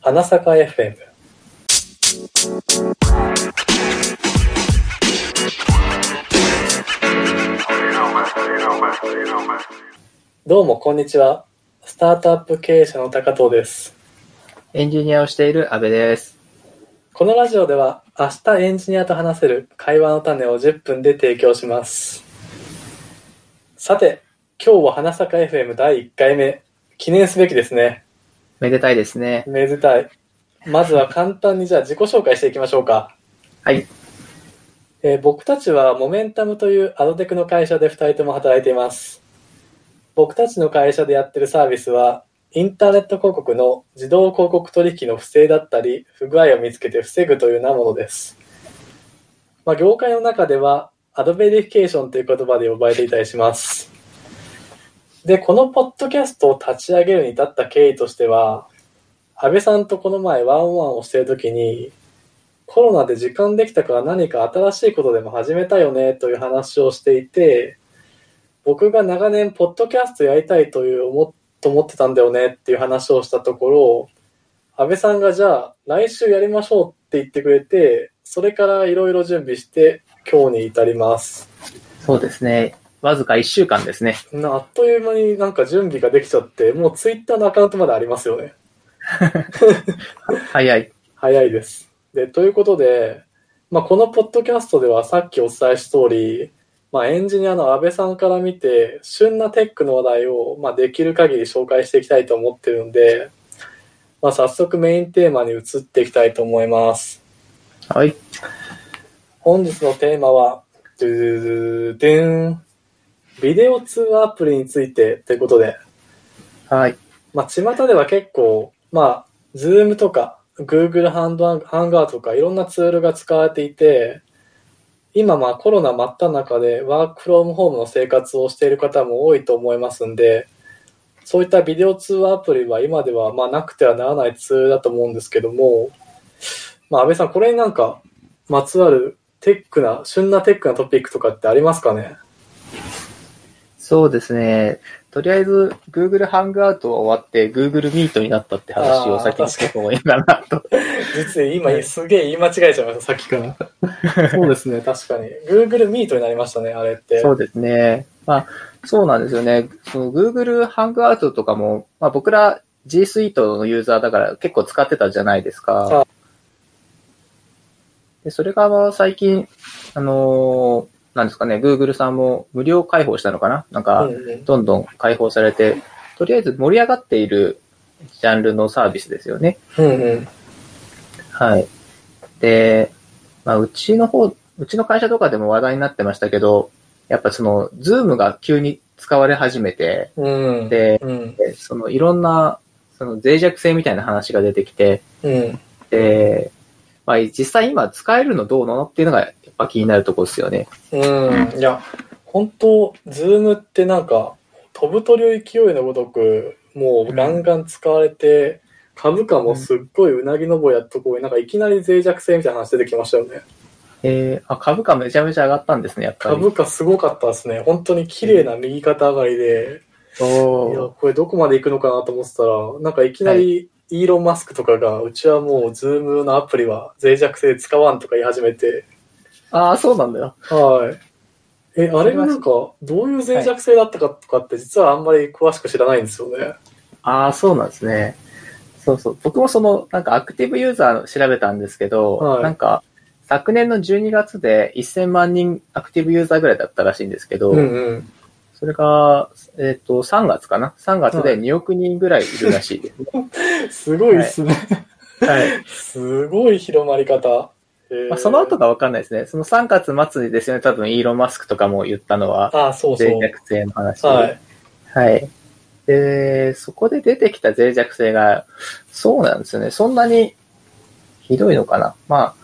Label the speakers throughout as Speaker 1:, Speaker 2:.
Speaker 1: 花咲か FM
Speaker 2: Thank
Speaker 1: どうもこんにちはスタートアップ経営者の高藤です
Speaker 3: エンジニアをしている阿部です。
Speaker 1: このラジオでは明日エンジニアと話せる会話の種を10分で提供しますさて今日は花咲か FM 第1回目記念すべきですね
Speaker 3: めでたいですね。
Speaker 1: めでたいまずは簡単にじゃあ自己紹介していきましょうか
Speaker 3: はい。
Speaker 1: えー僕たちはモメンタムというアドテクの会社で2人とも働いています。僕たちの会社でやってるサービスは、インターネット広告の自動広告取引の不正だったり、不具合を見つけて防ぐというようなものです。まあ、業界の中では、アドベリフィケーションという言葉で呼ばれていたりします。で、このポッドキャストを立ち上げるに至った経緯としては、安倍さんとこの前ワンオンワンをしている時に、コロナで時間できたから何か新しいことでも始めたよねという話をしていて僕が長年ポッドキャストやりたいという思っと思ってたんだよねっていう話をしたところ安倍さんがじゃあ来週やりましょうって言ってくれてそれからいろいろ準備して今日に至ります
Speaker 3: そうですね。わずか1週間ですね。
Speaker 1: なあっという間になんか準備ができちゃってもうツイッターのアカウントまでありますよね
Speaker 3: 早い。
Speaker 1: 早いです。でということで、まあ、このポッドキャストではさっきお伝えした通り、まあ、エンジニアの安倍さんから見て旬なテックの話題を、まあ、できる限り紹介していきたいと思ってるんで、まあ、早速メインテーマに移っていきたいと思います。
Speaker 3: はい。
Speaker 1: 本日のテーマは、ドゥドゥドゥドゥンビデオ通話アプリについてということで、
Speaker 3: はい。
Speaker 1: まあ、巷では結構、まあ、Zoom とか Google ハンドハンガーとかいろんなツールが使われていて、今まあコロナ真っ只中でワークフロームホームの生活をしている方も多いと思いますんで、そういったビデオ通話アプリは今ではまあなくてはならないツールだと思うんですけども、まあ安倍さん、これになんかまつわるテックな、旬なテックなトピックとかってありますかね
Speaker 3: そうですね。とりあえず、Google ハングアウトは終わって、Google Meet になったって話を先にしてもいいかなと。
Speaker 1: 実は今すげえ言い間違えちゃいました、さっきから。 そうですね、確かに。Google Meet になりましたね、あれって。
Speaker 3: そうですね。まあ、そうなんですよね。その Google ハングアウトとかも、まあ僕ら G Suite のユーザーだから結構使ってたじゃないです
Speaker 1: は
Speaker 3: か。でそれがまあ最近、あのーなんですかね、Google さんも無料開放したのかななん
Speaker 1: う
Speaker 3: か
Speaker 1: ん、うん
Speaker 3: どんどん開放されて、とりあえず盛り上がっているジャンルのサービスですよね。
Speaker 1: うんうん。
Speaker 3: はい。で、まあ、うちの方、うちの会社とかでも話題になってましたけど、やっぱその、ズームが急に使われ始めて、
Speaker 1: うん。
Speaker 3: で、
Speaker 1: うん。
Speaker 3: でその、いろんな、その、脆弱性みたいな話が出てきて、
Speaker 1: うん。
Speaker 3: で、まあ、実際今使えるのどうなのっていうのが、やっぱ気になるところですよね。
Speaker 1: うん。いや、本当ズームってなんか、飛ぶ鳥を勢いのごとく、もうガンガン使われて、株価もすっごいうなぎ登りやとこに、なんかいきなり脆弱性みたいな話出てきましたよね。
Speaker 3: えー、あ、株価めちゃめちゃ上がったんですね、やっぱり。
Speaker 1: 株価すごかったですね。本当に綺麗な右肩上がりで、いや
Speaker 3: おー
Speaker 1: これどこまで行くのかなと思ってたらなんかいきなりイーロン・マスクとかが、うちはもうズームのアプリは脆弱性使わんとか言い始めて
Speaker 3: ああ、そうなんだよ。
Speaker 1: はいえあれがなんかどういう脆弱性だったかとかって実はあんまり詳しく知らないんですよね
Speaker 3: ああ、そうなんですね。そうそう。僕もその、なんかアクティブユーザーの調べたんですけど、
Speaker 1: はい
Speaker 3: なんか、昨年の12月で1000万人アクティブユーザーぐらいだったらしいんですけど、
Speaker 1: うんうん
Speaker 3: それが、えっ、と、3月かな ?3 月
Speaker 1: は
Speaker 3: で
Speaker 1: い
Speaker 3: 2億人ぐらいいるらしいです
Speaker 1: すごいですね、
Speaker 3: はい。
Speaker 1: すごい広まり方、えー
Speaker 3: まあ、その後がわかんないですね。その3月末ですよね。多分、イーロン・マスクとかも言ったのは、
Speaker 1: あそうそ
Speaker 3: 脆
Speaker 1: う
Speaker 3: 弱性の話。
Speaker 1: はい
Speaker 3: はい。で、そこで出てきた脆弱性が、そうなんですよね。そんなにひどいのかな。まあ、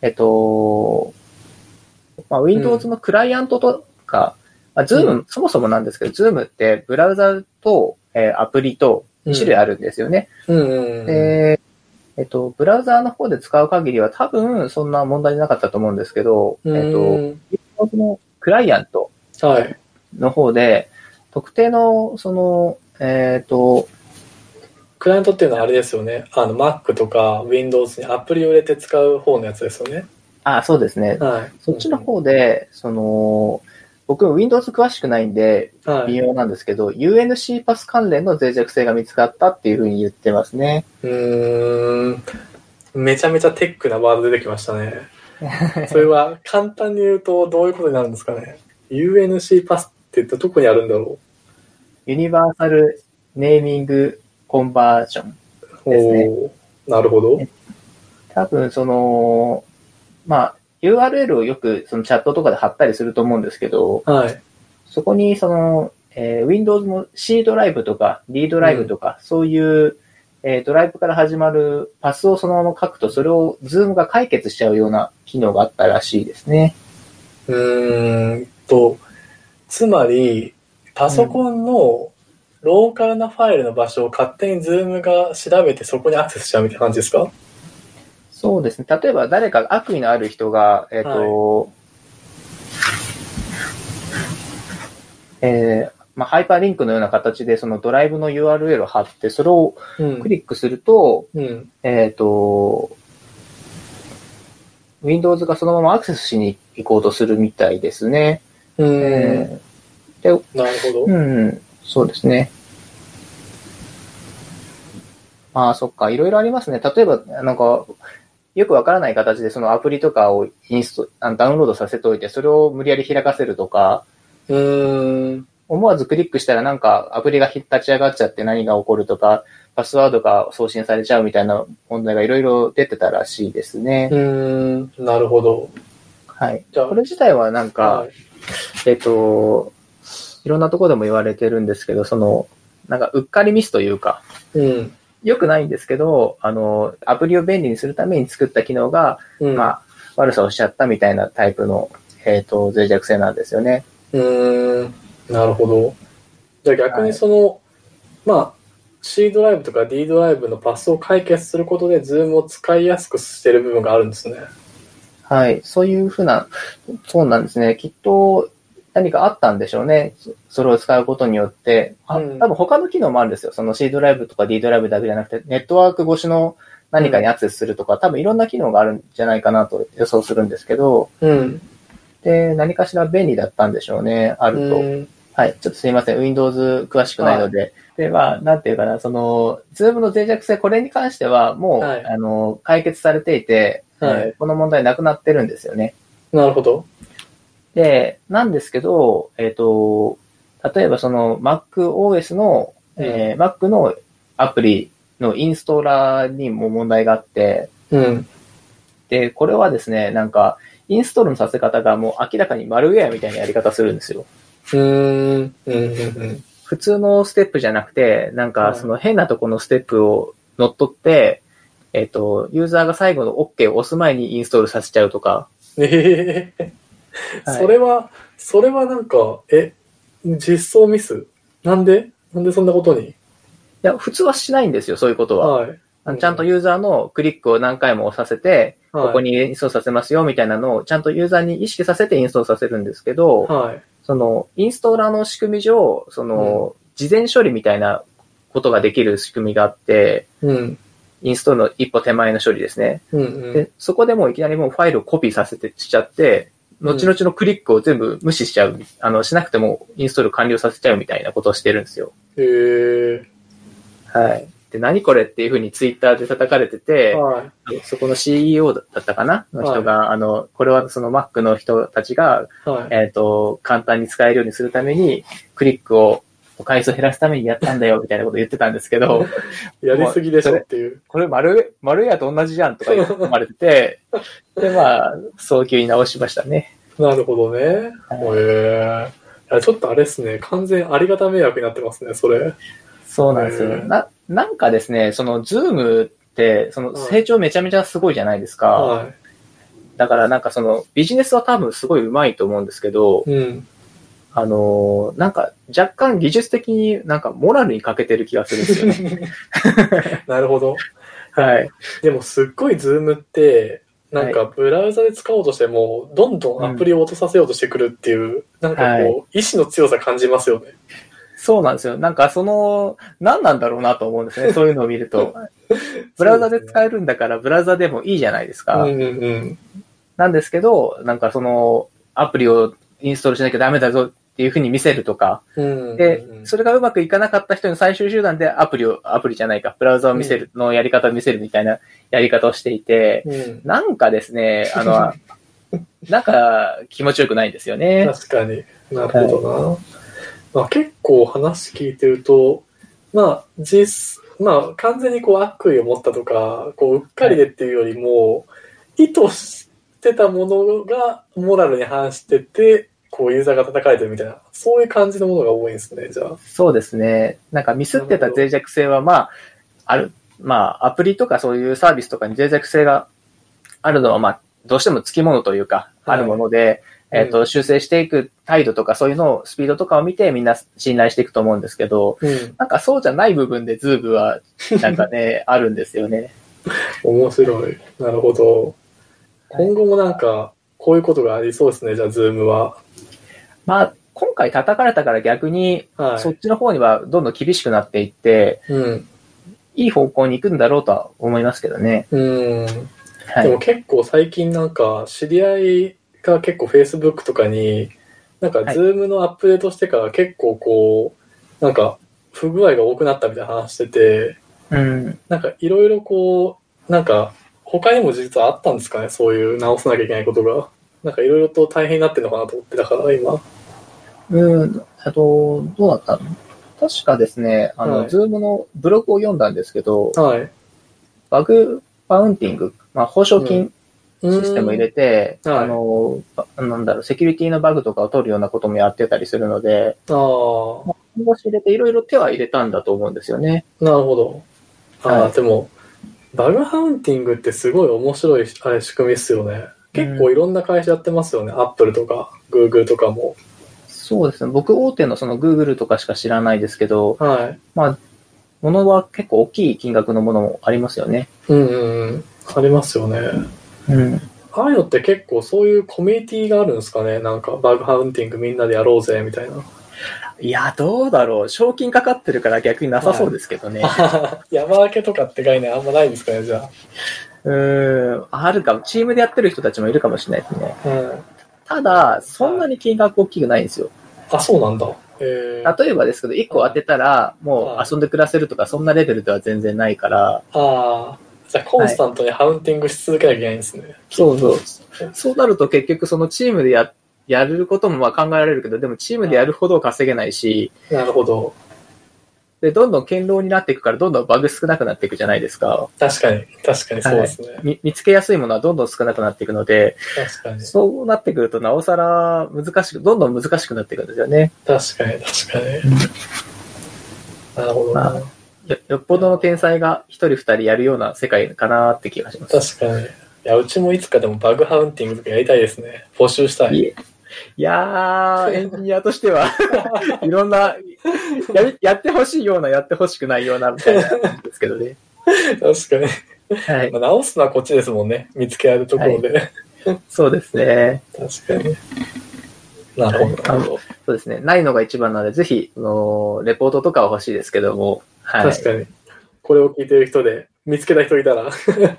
Speaker 3: えっと、まあ、Windows のクライアントとか、まあ、Zoom、
Speaker 1: う
Speaker 3: そもそもなんですけど、Zoom ってブラウザと、えーアプリと2種類あるんですよね。
Speaker 1: うんうんうん
Speaker 3: で、えっと、ブラウザの方で使う限りは多分そんな問題なかったと思うんですけど、えっと、
Speaker 1: うん
Speaker 3: Windows のクライアント
Speaker 1: はい
Speaker 3: の方で、特定の、その、えっ、と、
Speaker 1: クライアントっていうのはあれですよね。あの、Mac とか Windows にアプリを入れて使う方のやつですよね。
Speaker 3: あ、そうですね。
Speaker 1: はい。
Speaker 3: そっちの方で、その、僕、Windows 詳しくないんで、
Speaker 1: は
Speaker 3: 微
Speaker 1: い。
Speaker 3: 妙なんですけど、UNC パス関連の脆弱性が見つかったっていうふうに言ってますね。
Speaker 1: うーん。めちゃめちゃテックなワード出てきましたね。 それは簡単に言うとどういうことになるんですかね。UNC パスって言ったらどこにあるんだろ
Speaker 3: ユニバーサルネーミングコンバージョン。
Speaker 1: う。
Speaker 3: ですね
Speaker 1: おーなるほど。
Speaker 3: 多分、その、まあ、URL をよくそのチャットとかで貼ったりすると思うんですけど、
Speaker 1: はい。
Speaker 3: そこにその、えー Windows の C ドライブとか D ドライブとか、そういう、えードライブから始まるパスをそのまま書くと、それを Zoom が解決しちゃうような機能があったらしいですね。
Speaker 1: うーんと、つまり、パソコンのローカルなファイルの場所を勝手に Zoom が調べてそこにアクセスしちゃうみたいな感じですか
Speaker 3: そうですね。例えば誰かが悪意のある人が、えっ、と、えーまあ、ハイパーリンクのような形でそのドライブの URL を貼って、それを
Speaker 1: うん
Speaker 3: ク。リックすると、
Speaker 1: うん。
Speaker 3: えっ、と、Windows がそのままアクセスしに行こうとするみたいですね。
Speaker 1: うーん。
Speaker 3: え
Speaker 1: なるほど。
Speaker 3: ーうん、そうですね。まあ、そっか、いろいろありますね。例えば、なんか、よくわからない形でそのアプリとかをインスト、あのダウンロードさせておいて、それを無理やり開かせるとか、
Speaker 1: うーん。
Speaker 3: 思わずクリックしたらなんかアプリが立ち上がっちゃって何が起こるとか、パスワードが送信されちゃうみたいな問題がいろいろ出てたらしいですね
Speaker 1: う。ーん。なるほど。
Speaker 3: はい。
Speaker 1: じゃあ
Speaker 3: これ自体はなんか
Speaker 1: は、い
Speaker 3: えっと、いろんなところでも言われてるんですけど、その、なんかうっかりミスというか、
Speaker 1: うん。
Speaker 3: 良くないんですけど、あの、アプリを便利にするために作った機能が、
Speaker 1: うん。
Speaker 3: まあ、悪さをしちゃったみたいなタイプの、えっと、脆弱性なんですよね。
Speaker 1: うーん。なるほど。じゃあ逆にその、まあ、C ドライブとか D ドライブのパスを解決することで Zoom を使いやすくしてる部分があるんですね。
Speaker 3: はい。そういうふうな、そうなんですね。きっと、何かあったんでしょうね。そそれを使うことによって。あ
Speaker 1: うん
Speaker 3: 多分他の機能もあるんですよ。その C ドライブとか D ドライブだけじゃなくて、ネットワーク越しの何かにアクセスするとか、多分いろんな機能があるんじゃないかなと予想するんですけど、
Speaker 1: うん。
Speaker 3: で、何かしら便利だったんでしょうね。あると。
Speaker 1: うん
Speaker 3: はい。ちょっとすいません。Windows 詳しくないので。で、まあ、なんていうかな、その、Zoom の脆弱性、これに関しては、もう、
Speaker 1: はい
Speaker 3: あの、解決されていて、
Speaker 1: はい
Speaker 3: えーこの問題なくなってるんですよね。
Speaker 1: なるほど。
Speaker 3: で、なんですけど、えっ、と、例えばその MacOS の、えー Mac のアプリのインストーラーにも問題があって、
Speaker 1: うん。
Speaker 3: で、これはですね、なんか、インストールのさせ方がもう明らかにマルウェアみたいなやり方するんですよ。
Speaker 1: うーん。うん。うん
Speaker 3: 普通のステップじゃなくて、なん
Speaker 1: は
Speaker 3: か
Speaker 1: い
Speaker 3: その変なとこのステップを乗っ取って、えっ、と、ユーザーが最後の OK を押す前にインストールさせちゃうとか。
Speaker 1: ええ
Speaker 3: はい
Speaker 1: それは、それはなんか、え、実装ミスなんでなんでそんなことに
Speaker 3: いや、普通はしないんですよ、そういうことは。
Speaker 1: はい。
Speaker 3: あのちゃんとユーザーのクリックを何回も押させて、
Speaker 1: はい
Speaker 3: ここにインストールさせますよみたいなのをちゃんとユーザーに意識させてインストールさせるんですけど、
Speaker 1: はい。
Speaker 3: そのインストーラーの仕組み上、その、事前処理みたいなことができる仕組みがあって、
Speaker 1: うん。
Speaker 3: インストールの一歩手前の処理ですね。
Speaker 1: うん。うん。
Speaker 3: で、そこでもういきなりもうファイルをコピーさせてしちゃって、
Speaker 1: うん
Speaker 3: 後々のクリックを全部無視しちゃう、あの、しなくてもインストール完了させちゃうみたいなことをしてるんですよ。
Speaker 1: え
Speaker 3: はい。で、何これっていうふうにツイッターで叩かれてて、
Speaker 1: えはい。
Speaker 3: そこの CEO だったかなの人が、あの、これはその Mac の人たちが、
Speaker 1: はい。
Speaker 3: えっ、と、簡単に使えるようにするために、クリックを、回数を減らすためにやったんだよ、みたいなこと言ってたんですけど、
Speaker 1: やりすぎでしょっていう。
Speaker 3: これ丸、丸やと同じじゃんとか言ってまれてて、 で、まあ、早急に直しましたね。
Speaker 1: なるほどね。へ
Speaker 3: はい
Speaker 1: えいやちょっとあれですね。完全ありがた迷惑になってますね、それ。
Speaker 3: そうなんです
Speaker 1: へ
Speaker 3: よ。
Speaker 1: ー
Speaker 3: な、なんかですね、その、ズームって、その、
Speaker 1: はい
Speaker 3: 成長めちゃめちゃすごいじゃないですか。
Speaker 1: は
Speaker 3: だからなんかその、ビジネスは多分すごい上手いと思うんですけど、
Speaker 1: い。うん。
Speaker 3: あのーなんか若干技術的になんかモラルに欠けてる気がするんで すよね。
Speaker 1: なるほど。
Speaker 3: はい。
Speaker 1: でもすっごいズームって、なんかブラウザで使おうとしても、どんどんアプリを落とさせようとしてくるっていう、なんかこう、
Speaker 3: は
Speaker 1: 意志の強さ感じますよね。
Speaker 3: そうなんですよ。なんかその、何なんだろうなと思うんです ね。そういうのを見ると。ブラウザで使えるんだから、ブラウザでもいいじゃないですか。
Speaker 1: うんうんうん。
Speaker 3: なんですけど、なんかその、アプリをインストールしなきゃダメだぞっていうふうに見せるとか、
Speaker 1: うん
Speaker 3: で
Speaker 1: う、ん
Speaker 3: それがうまくいかなかった人に最終手段でアプリを、アプリじゃないか、ブラウザを見せる、のやり方を見せるみたいなやり方をしていて、
Speaker 1: うん、
Speaker 3: なんかですね、あの、 なんか気持ちよくないんですよね。
Speaker 1: 確かになるほどな、まあ、結構話聞いてるとまあ実まあ完全にこう悪意を持ったとかこううっかりでっていうよりも、意図してたものがモラルに反しててこうユーザーが叩かれてるみたいなそういう感じのものが多いんですねじゃあ
Speaker 3: そうですね。なんかミスってた脆弱性は、まあ、ある、まあ、アプリとかそういうサービスとかに脆弱性があるのは、まあ、どうしても付き物というか、
Speaker 1: はい
Speaker 3: あるもので、
Speaker 1: うん
Speaker 3: えっ、と、修正していく態度とか、そういうのを、スピードとかを見て、みんな信頼していくと思うんですけど、
Speaker 1: うん
Speaker 3: なんかそうじゃない部分でズーブは、なん かね、あるんですよね。
Speaker 1: 面白いなるほど今後もなんかこういうことがありそうですねじゃあズームは
Speaker 3: まあ、今回叩かれたから逆に、
Speaker 1: はい
Speaker 3: そっちの方にはどんどん厳しくなっていって、
Speaker 1: うん
Speaker 3: いい方向に行くんだろうとは思いますけどね。
Speaker 1: うん
Speaker 3: は
Speaker 1: でも
Speaker 3: い。
Speaker 1: 結構最近なんか知り合いが結構 Facebook とかになんか
Speaker 3: はい
Speaker 1: Zoom のアップデートしてから結構こうなんか不具合が多くなったみたいな話してて
Speaker 3: うん。
Speaker 1: なんかいろいろこうなんか他にも実はあったんですかねそういう直さなきゃいけないことがなんかいろいろと大変になってるのかなと思ってたから今
Speaker 3: うん。あと、どうだったの確かですね、あ
Speaker 1: は
Speaker 3: の、
Speaker 1: い
Speaker 3: ズームのブログを読んだんですけど、
Speaker 1: はい
Speaker 3: バグバウンティング、まあ、報奨金システムを入れて、
Speaker 1: うんはい
Speaker 3: あの、ばなんだろう、セキュリティのバグとかを取るようなこともやってたりするので、
Speaker 1: ああー
Speaker 3: 本腰入れていろいろ手は入れたんだと思うんですよね。
Speaker 1: なるほどああ、
Speaker 3: はい
Speaker 1: でもバグハンティングってすごい面白いあれ仕組みっすよね結構いろんな会社やってますよね、アップルとかグーグルとかも
Speaker 3: そうですね。僕、大手のその Google とかしか知らないですけど、
Speaker 1: はい
Speaker 3: ものは結構大きい金額のものもありますよね。
Speaker 1: うんうんうんありますよね
Speaker 3: うん。
Speaker 1: ああいうのって結構そういうコミュニティがあるんですかねなんかバグハンティングみんなでやろうぜみたいな
Speaker 3: いや、どうだろう。賞金かかってるから逆になさそうですけどね。
Speaker 1: 山分けとかって概念あんまないんですかねじゃ
Speaker 3: うーん。あるかも。チームでやってる人たちもいるかもしれないですね。
Speaker 1: あうん
Speaker 3: ただ、そんなに金額大きくないんですよ。
Speaker 1: あそうなんだえー、あ
Speaker 3: 例えばですけど、1個当てたら、もう遊んで暮らせるとか、そんなレベルでは全然ないから、
Speaker 1: あーじゃあコンスタントにハウンティングし続けなきゃいけないんですね、
Speaker 3: そうそう。そうなると結局、そのチームでや、やることもまあ考えられるけど、でもチームでやるほど稼げないし、
Speaker 1: なるほど
Speaker 3: で、どんどん堅牢になっていくから、どんどんバグ少なくなっていくじゃないですか。
Speaker 1: 確かに確かにそうですね、
Speaker 3: み見つけやすいものはどんどん少なくなっていくので、
Speaker 1: 確かに
Speaker 3: そうなってくると、なおさら難しく、どんどん難しくなっていくんですよね。
Speaker 1: 確かに確かになるほどな、
Speaker 3: まよよっぽどの天才が一人二人やるような世界かなって気がします。
Speaker 1: 確かにいやうちもいつかでもバグハウンティングとかやりたいですね募集したい
Speaker 3: いえ いやー、エンジニアとしては、いろんな、やりやってほしいような、やってほしくないような、みたいなんですけどね。
Speaker 1: 確かに、
Speaker 3: はい
Speaker 1: ま。あ、直すのはこっちですもんね見つけられるところで、
Speaker 3: そうですね。
Speaker 1: 確かになるほどなるほど、
Speaker 3: そうですね。ないのが一番なので、ぜひ、あのーレポートとかは欲しいですけども、はい。
Speaker 1: 確かにこれを聞いてる人で見つけた人いたら ぜ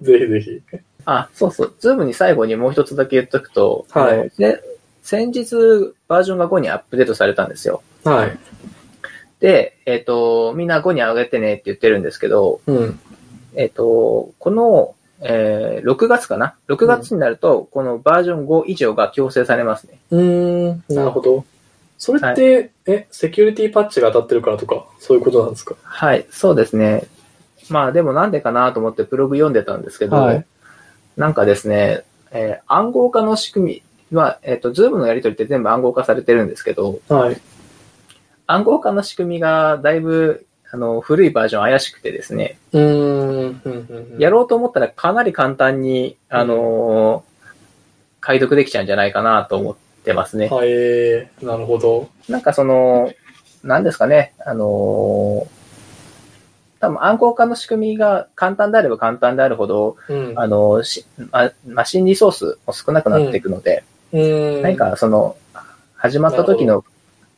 Speaker 1: ひぜひ
Speaker 3: あ、そうそう。ズームに最後にもう一つだけ言っとくと、
Speaker 1: はい
Speaker 3: あので、先日バージョンが5にアップデートされたんですよ。
Speaker 1: はい
Speaker 3: で、えっ、と、みんな5に上げてねって言ってるんですけど、
Speaker 1: うん
Speaker 3: えっ、と、この、えー6月かな ?6 月になると、このバージョン5以上が強制されますね。
Speaker 1: うーんなるほどそれって、えセキュリティパッチが当たってるからとかそういうことなんですか
Speaker 3: はい、そうですね。まあでもなんでかなと思ってブログ読んでたんですけど、
Speaker 1: はい
Speaker 3: なんかですね、えー暗号化の仕組みは、えっ、と、ズームのやりとりって全部暗号化されてるんですけど、
Speaker 1: はい
Speaker 3: 暗号化の仕組みがだいぶあの古いバージョン怪しくてですね、
Speaker 1: うーんうんうんうん
Speaker 3: やろうと思ったらかなり簡単に、あのー解読できちゃうんじゃないかなと思ってますね。
Speaker 1: はい、えーなるほど。
Speaker 3: なんかその、なんですかね、あのー多分暗号化の仕組みが簡単であれば簡単であるほど、
Speaker 1: うん。
Speaker 3: あのーしま、マシンリソースも少なくなっていくので、
Speaker 1: うん。
Speaker 3: 何かその、始まった時の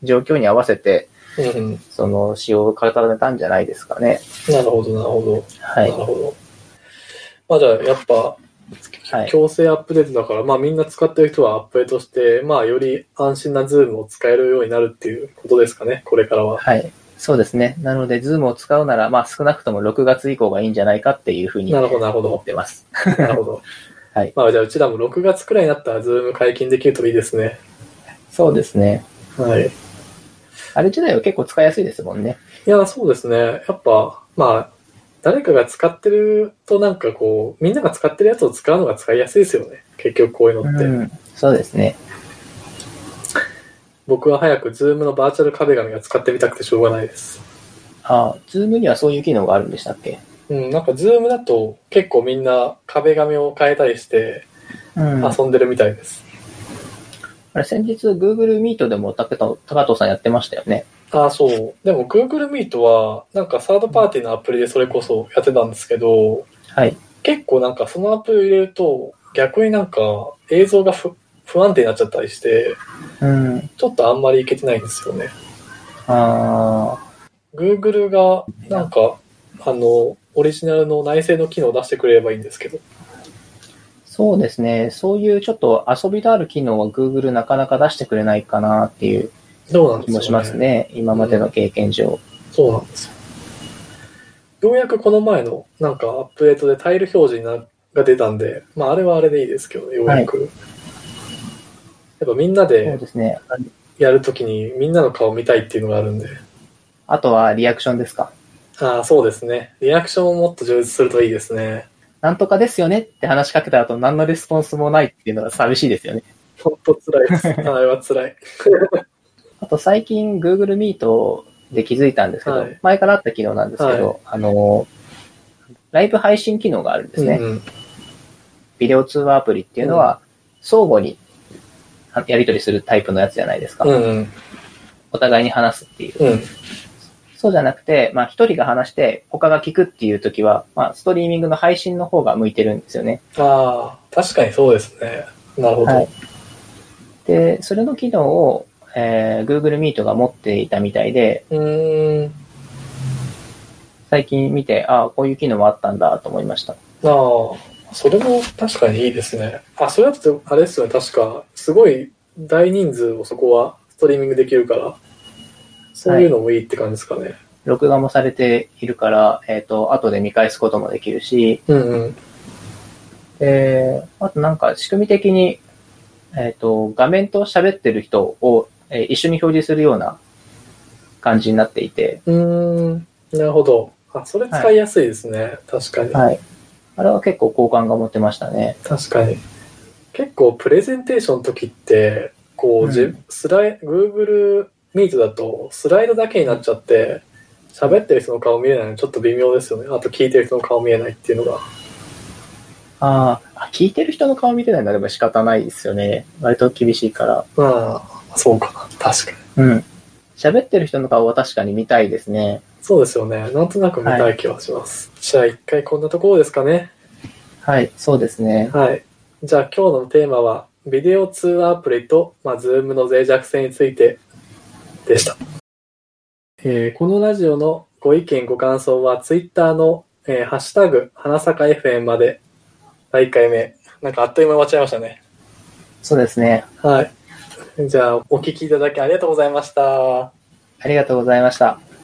Speaker 3: 状況に合わせて、
Speaker 1: うん。
Speaker 3: その、仕様を固めたんじゃないですかね。
Speaker 1: なるほど、なるほど。
Speaker 3: は。
Speaker 1: ないるほど。まあじゃあ、やっぱ、
Speaker 3: はい。
Speaker 1: 強制アップデートだから、まあみんな使ってる人はアップデートして、まあより安心なズームを使えるようになるっていうことですかね、これからは。
Speaker 3: はい。そうですね。なので、ズームを使うなら、まあ、少なくとも6月以降がいいんじゃないかっていうふうに
Speaker 1: なるほど、なるほ
Speaker 3: 思
Speaker 1: ど。
Speaker 3: ってます。
Speaker 1: なるほど。
Speaker 3: はい
Speaker 1: まあじゃあ、うちらも6月くらいになったら、ズーム解禁できるといいですね。
Speaker 3: そうですね。
Speaker 1: はい。い
Speaker 3: あれ自体は結構使いやすいですもんね。
Speaker 1: や、そうですね。やっぱ、まあ、誰かが使ってるとなんかこう、みんなが使ってるやつを使うのが使いやすいですよね。結局こういうのって。
Speaker 3: うん。そうですね。
Speaker 1: 僕は早くズームのバーチャル壁紙が使ってみたくてしょうがないです。
Speaker 3: ああ、ズームにはそういう機能があるんでしたっけ
Speaker 1: うん、なんかズームだと結構みんな壁紙を変えたりして
Speaker 3: うんあ
Speaker 1: 遊んでるみたいです。
Speaker 3: れ先日 Google Meet でも高藤高藤さんやってましたよね。
Speaker 1: ああ、そう。でも Google Meet はなんかサードパーティーのアプリでそれこそやってたんですけど、
Speaker 3: はい。
Speaker 1: 結構なんかそのアプリ入れると逆になんか映像が不不安定になっちゃったりして、
Speaker 3: うん。
Speaker 1: ちょっとあんまりいけてないんですよね。
Speaker 3: ああ、
Speaker 1: Google がなんかあの、オリジナルの内製の機能を出してくれればいいんですけど。
Speaker 3: そうですね。そういうちょっと遊びのある機能は Google なかなか出してくれないかなっていう
Speaker 1: どうなん
Speaker 3: 気
Speaker 1: ですか
Speaker 3: もしますね。今までの経験上。
Speaker 1: そうなんですよ。ようやくこの前のなんかアップデートでタイル表示なが出たんで、まああれはあれでいいですけどね、ようやく。やっぱみんな
Speaker 3: そう
Speaker 1: で
Speaker 3: ですね。
Speaker 1: やるときにみんなの顔見たいっていうのがあるんで。
Speaker 3: あとはリアクションですか。
Speaker 1: ああ、そうですね。リアクションをもっと充実するといいですね。
Speaker 3: なんとかですよねって話しかけた後何のレスポンスもないっていうのが寂しいですよね。
Speaker 1: ほんと辛いです。あれは辛い。
Speaker 3: あと最近 Google Meet で気づいたんですけど、
Speaker 1: はい
Speaker 3: 前からあった機能なんですけど、
Speaker 1: は
Speaker 3: あの、ライブ配信機能があるんですね。
Speaker 1: うんうん
Speaker 3: ビデオ通話アプリっていうのは、相互にはやり取りするタイプのやつじゃないですか。
Speaker 1: うんうん。
Speaker 3: お互いに話すっていう。
Speaker 1: うん。
Speaker 3: そうじゃなくて、まあ一人が話して他が聞くっていう時は、まあストリーミングの配信の方が向いてるんですよね。
Speaker 1: ああ、確かにそうですね。なるほど。
Speaker 3: はい。で、それの機能を、えー Google Meet が持っていたみたいで、
Speaker 1: うーん。
Speaker 3: 最近見て、ああ、こういう機能もあったんだと思いました。
Speaker 1: なあ、それも確かにいいですね。あ、それだと、あれですよね、確か、すごい大人数をそこはストリーミングできるから、そういうのもいいって感じですかね。
Speaker 3: 録画もされているから、えっ、と、後で見返すこともできるし、
Speaker 1: うんうん。
Speaker 3: えー、あとなんか仕組み的に、えっ、と、画面と喋ってる人を、えー一緒に表示するような感じになっていて、
Speaker 1: うーん、なるほど。あ、それ使いやすいですね。確かに。
Speaker 3: はい。あれは結構好感が持てましたね。
Speaker 1: 確かに。結構、プレゼンテーションの時って、こ
Speaker 3: う
Speaker 1: う、
Speaker 3: ん
Speaker 1: じスライ、Google Meet だと、スライドだけになっちゃって、喋ってる人の顔見えないのちょっと微妙ですよね。あと聞いてる人の顔見えないっていうのが。
Speaker 3: あーあ、聞いてる人の顔見てないならば仕方ないですよね。割と厳しいから。
Speaker 1: まあ、そうかな。確かに。
Speaker 3: うん。喋ってる人の顔は確かに見たいですね。
Speaker 1: そうですよね。なんとなく見たい気はします。じゃあ一回こんなところですかね。
Speaker 3: はい、そうですね。
Speaker 1: はい。じゃあ今日のテーマは、ビデオ通話アプリと、まあ、Zoom の脆弱性についてでした。えーこのラジオのご意見ご感想は Twitter の、えーハッシュタグ、花坂 FM まで、第1回目。なんかあっという間に終わっちゃいましたね。
Speaker 3: そうですね。
Speaker 1: はい。じゃあお聞きいただきありがとうございました。
Speaker 3: ありがとうございました。